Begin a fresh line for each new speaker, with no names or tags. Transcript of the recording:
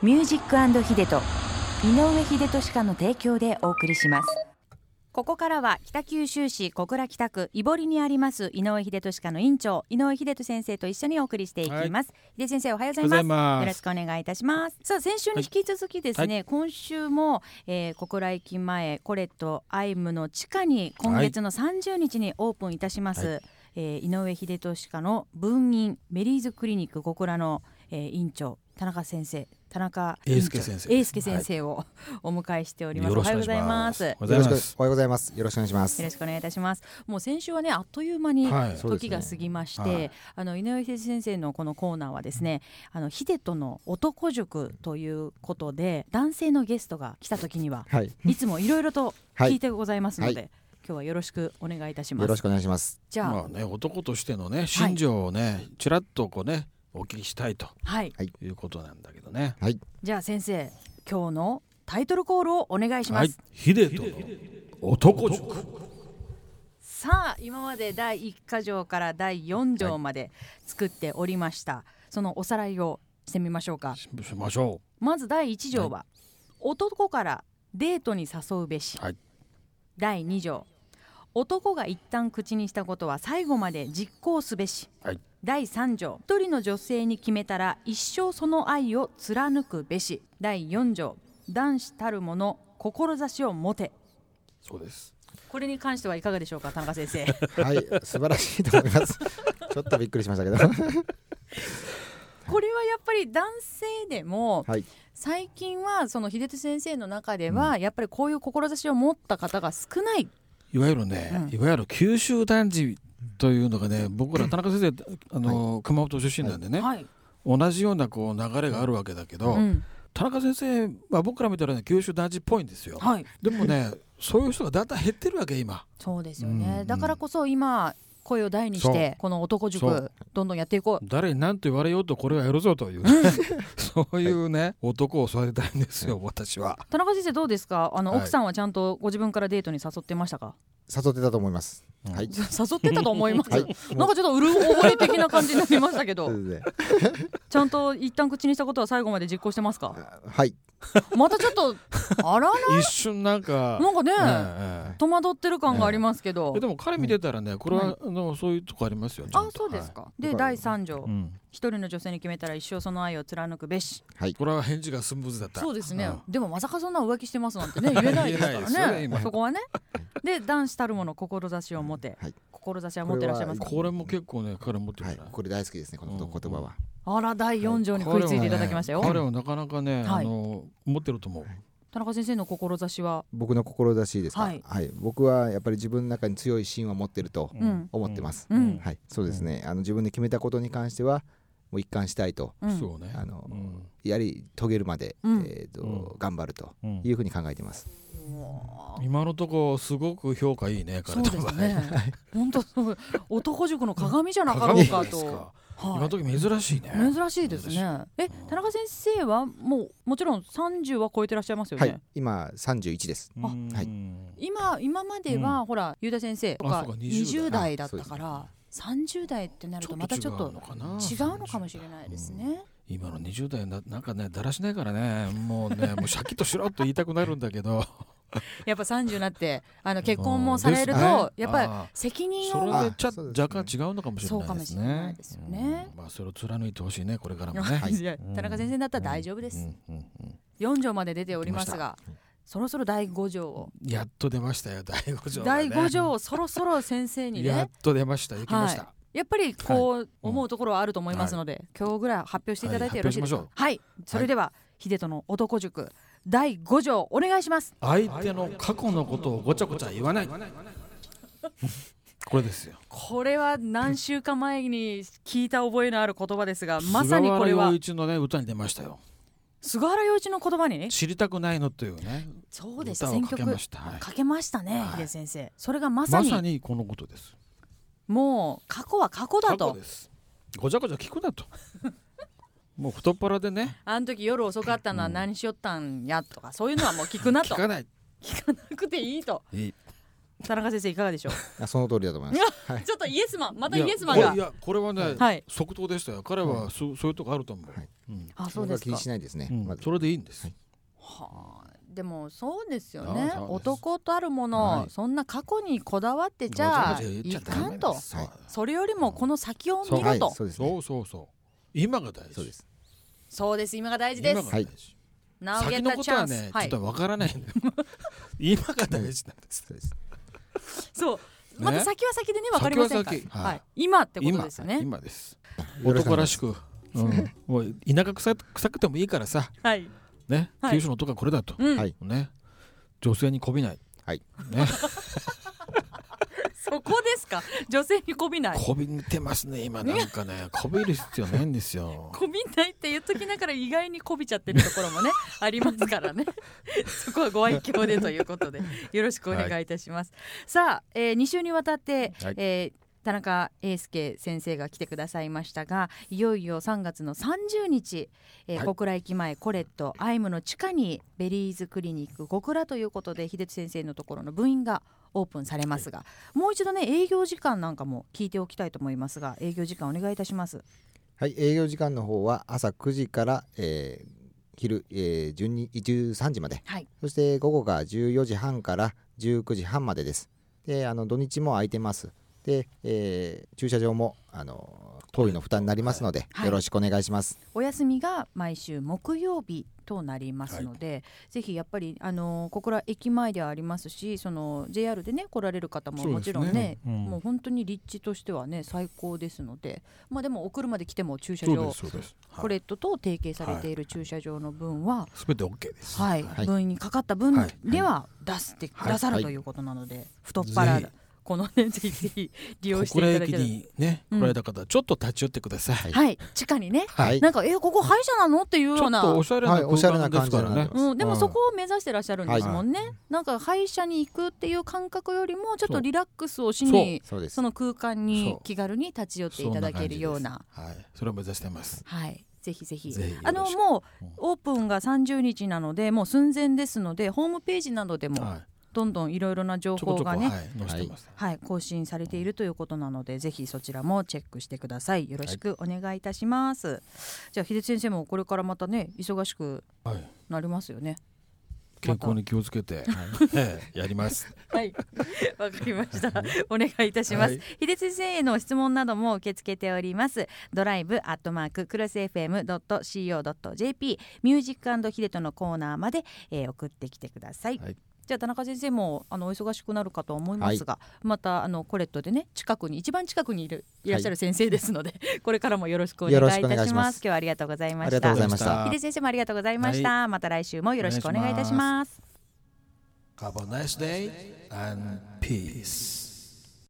ミュージックヒデと井上秀俊家の提供でお送りしますここからは北九州市小倉北区井堀にあります井上秀俊家の院長井上秀俊先生と一緒にお送りしていきます、秀先生おはようございます
おはようございま
よ
す
ろしくお願いいたしますさあ先週に引き続きですね、今週も、えー、小倉駅前コレットアイムの地下に今月の30日にオープンいたします、えー井上秀俊家の分院メリーズクリニック小倉の、えー、院長田中先生田中院長
英介先生
英介先生を、お迎えしておりま
よ
すお
ろ
は
しく
よ
お
う
願
ご
いし
ざいま
ますす
おは
よ
ようございま
よろし
す。
くおはようございます。よろしくお願いします。
ろしくお願いいたしますもう先週はねあっという間に
はい
そうです
時
ね
が過ぎまして、
はい
あの井上先生のこのコーナーはですねあの秀人の男塾ということで男性のゲストが来た時には
はい、
いつもいろいろと
はい
聞いてございますので、
は
今日はよろしくお願いいたします
よろしくお願いします。
じゃあ、
まあね男としてのね心情をねちらっとこうねお聞きしたいと
はい
いうことなんだけどね。
じゃあ先生今日のタイトルコールをお願いします、
はい。秀人の男塾。
さあ今まで第1課条から第4条まで作っておりました、そのおさらいをしてみましょうか
ししましょ
まず第1条は、男からデートに誘うべし、
はい
第2条男が一旦口にしたことは最後まで実行すべし、
はい
第3条一人の女性に決めたら一生その愛を貫くべし第4条男子たる者志を持て
う。そうです。
これに関してはいかがでしょうか田中先 生
はい、素晴らしいと思います。 ちょっとびっくりし ましたけど。は
これはやっぱり男性でも、
い、
最近はその秀哲先生の中では、やっぱりこういう志を持った方が少ない
いわゆるね、
う
いわゆる九州男児というのがね僕ら田中先生あの熊本出身なんでね
はい、
同じようなこう流れがあるわけだけど
うん
田中先生は僕ら見たらね九州男児っぽいんですよ。
はい、
でもねそういう人がだんだん減ってるわけ今。
そうですよね、
うん
だからこそ今声を大にしてこの男
そ
塾
う
どんどんやっていこう
誰に何と言われようとこれはやるぞ というそういうね、男を育てたいんですよ私は。
田中先生どうですかあの、
はい
奥さんはちゃんとご自分からデートに誘ってましたか
誘ってたと思います。
うん
はい。
誘ってたと思います、
はい。
なんかちょっとうる覚え的な感じになりましたけ
と
ど
いうことで
ちゃんと一旦口にしたことは最後まで実行してますか
あはい、
またちょっとあら
一瞬なんか、
なんかね、
えええ
戸惑ってる感がありますけど、
ええでも彼見てたらねこれは、あのそういうとこありますよちゃん
あ
と
そうですか、で
僕は
第3条、
はいうん
一人の女性に決めたら一生その愛を貫くべし
これは返事がスムーズだった
そうですね、
ん
でもまさかそんな浮気してますなんてね言えないですか
言えないですよ
ら
ね
ね
今
そこはねで男子たる者志を持て、
はい
志は持ってらっしゃいますか
これも結構ね彼持ってる
は
じ
い
ゃない、、
これ大好きですね。この言葉は。
あら第4条に食いついていただきましたよ、
彼はね彼はなかなかね、
はい
あの持ってると思う、
田中先生の志は
僕の志ですか。
は
はいい、僕はやっぱり自分の中に強い芯を持ってると
うん
思ってます。
うんうん
はい、そうですね。あの自分で決めたことに関しては。もう一貫したいと、
うん
そうね
あの
うん
やり遂げるまで、
うん
えっ、と、
う
頑張ると
うん
いうふうに考えています。
今のとこすごく評価いいね
そ
彼
う
の
で
場合
すね本当そう男塾の鏡じゃなかろ
鏡
う
じゃ
か
ないです
と
か、今
は
時珍しいね
い、珍しいですねえ田中先生はもうもちろん30は超えてらっしゃいますよ
は
ね、
い、今三十一です。
あ
うん
はい
今今までは、ほらゆうた先生
あ
が
そうか
20代
20
代
だったから30代ってなるとまたちょっと違うのかもしれないですね。
今の20代ななんかねだらしないからねもうねもうシャキッとしろと言いたくなるんだけど
やっぱ30になってあの 結婚もされる
ですね
とやっぱ
あ
り責任
それ
を
でちゃ
あそうですね
若干違うのかもしれないです
そうかもしれない
ね
ですよね
うんまあそれを貫いてほしいねこ れからもね、
いや田中先生だったら大丈夫で
う
す。
んうんうん
4条まで出ておりますがそろそろ第5条を
やっと出ましたよ第5条、ね、
第5条をそろそろ先生に
やっ
ね
と出ました行きました、
はやっぱりこう思うところはあると思いますので、今日ぐらい発表していただいてよろしいです
は
か
い
はいそれでは秀人の男塾第5条お願いします
相手の過去のことをごちゃごちゃ言わ ないこれですよ
これは何週間前に聞いた覚えのある言葉ですがまさにこれ
菅原
は
洋一のね歌に出ましたよ
菅原洋一の言葉に
知りたくないのというね
そうです
歌を
選
かけ
曲
ましたはい
かけましたね、
はい
秀先生それがまさ
ま
に
さにこのことです
もう過去は過去だ
過去
と
ですごちゃごちゃ聞く なともう太っ腹でね
あの時夜遅かったのは何しよったんやとかそういうのはもう聞くなと
聞かない
聞かなくていいと
いい
田中先生いかがでしょう
あその通りだと思います。はい。
ちょっとイエスマンまたイエスマ
こ
ン
れ
が
いやこれはね、
はい
即答でしたよ彼はそ,、うそういうとこあると思う、
はい
うん
あそう
僕
で
は
す
気
か
にしないですね。
うん
まず
それでいいんです、
はあでもそうですよ
ああ
ね
そうです
男とあるもの、
はい
そんな過去にこだわってじゃあ
ごちゃごちゃ
い
言っちゃダ
か
メ
んと
です
はい
それよりもこの先を見
そう
ろと
はい、そうですね。
そうそうそう今が大事
そうです。
そうです今が大事で
今
す
が大事、
なおげた
先のこ
チ
と
ャ
は
ンス
ね、
は
ち
い
ょっとわから ないんだよ今が大事なんです
そうです。
そうまた先は先でねわかりませんか
先は
ら、
先
は
はいい、
今ってことですよ
今
ね
今です
よろしく
男
お願
ら
いし
しく、うん、 もう田舎臭く臭くてもいいからさ
はい
ね、
はい
九州の男はこれだと、
うん、
はい
ね女性にこびない、
はい
ね、
そこですか女性にこびない
こびてますね今なんかねこびる必要ないんです よ
こびないって言っときながら意外にこびちゃってるところ もねありますからね そこはご愛嬌でということでよろしくお願いいたします、さあ、え2週にわたって、
はい
えー田中英介先生が来てくださいましたがいよいよ3月の30日、えー
はい
小倉駅前コレットアイムの地下にベリーズクリニック小倉ということで秀津先生のところの部員がオープンされますが、もう一度ね営業時間なんかも聞いておきたいと思いますが営業時間お願いいたします。
はい、営業時間の方は朝9時から、えー昼、えー、12 13時まで、
はい
そして午後が14時半から19時半までです。で、あの土日も空いてます。で、えー駐車場もあの当院の負担になりますので、
はい
よろしくお願いします。
お休みが毎週木曜日となりますので、ぜひやっぱりあの小倉駅前ではありますしその JR でね来られる方ももちろんね
そうですねうん
もう本当に立地としてはね最高ですので、まあ、でもお車で来ても駐車
そう
場
ですそうです、はい、
コレットと提携されている駐車場の分は、
全て OK です
はい
はい
分にかかった分
はい
では出すって、
はい
出さるということなので、太っ腹
ぜひ
このねぜひぜひ利用してい
小倉
ただ
駅
ける
にね
うん
来られた方、ちょっと立ち寄ってください、
はい地下にね
はい、
なんかえここ歯医者なのっていう
ち
よ
ょ
う
っ
な
とおしゃれな
はいおしゃ
空
れな
間で
感
す
じ
から
にな
ね
って、ます
うん、でも
はい
そこを目指してらっしゃるんですもんね、なんか歯医者に行くっていう感覚よりもちょっとリラックスをしに
そうで
そ
す。
の空間に
そう
気軽に立ち寄っていただけるような
はい、それを目指してます
はいぜひぜひ
ぜひよろしく
あのもう
うん
オープンが30日なのでもう寸前ですのでホームページなどでも
は
どんどんいろいろな情
い、ちょこ
報
ちょこ、
が
はい
ね、
載せてます、
はい、更新されているということなのでぜひそちらもチェックしてくださいよろしくお願いいたします、じゃあ秀津先生もこれからまたね忙しく
はい
なりますよね
健康に気をつけて、 ええやります。
はい、 わかりました。お願いいたします。
はい
秀津先生への質問なども受け付けております。ドライブアットマーククロス FM ドット CO ドット JP ミュージックアンドヒデトのコーナーまで、えー、送ってきてください。
はい
じゃあ田中先生もあのお忙しくなるかと思いますが、またあのコレットでね近くに一番近くにいるいらっしゃる先生です ので、これからもよろしくお願いいたし
よろしくお願
ま
い
す
します
今日はありがとうございま
あり
し
がとう
た
ございました
秀津先生もありがとうございました、また来週もよろしくお願いいたします
Have a nice day and peace.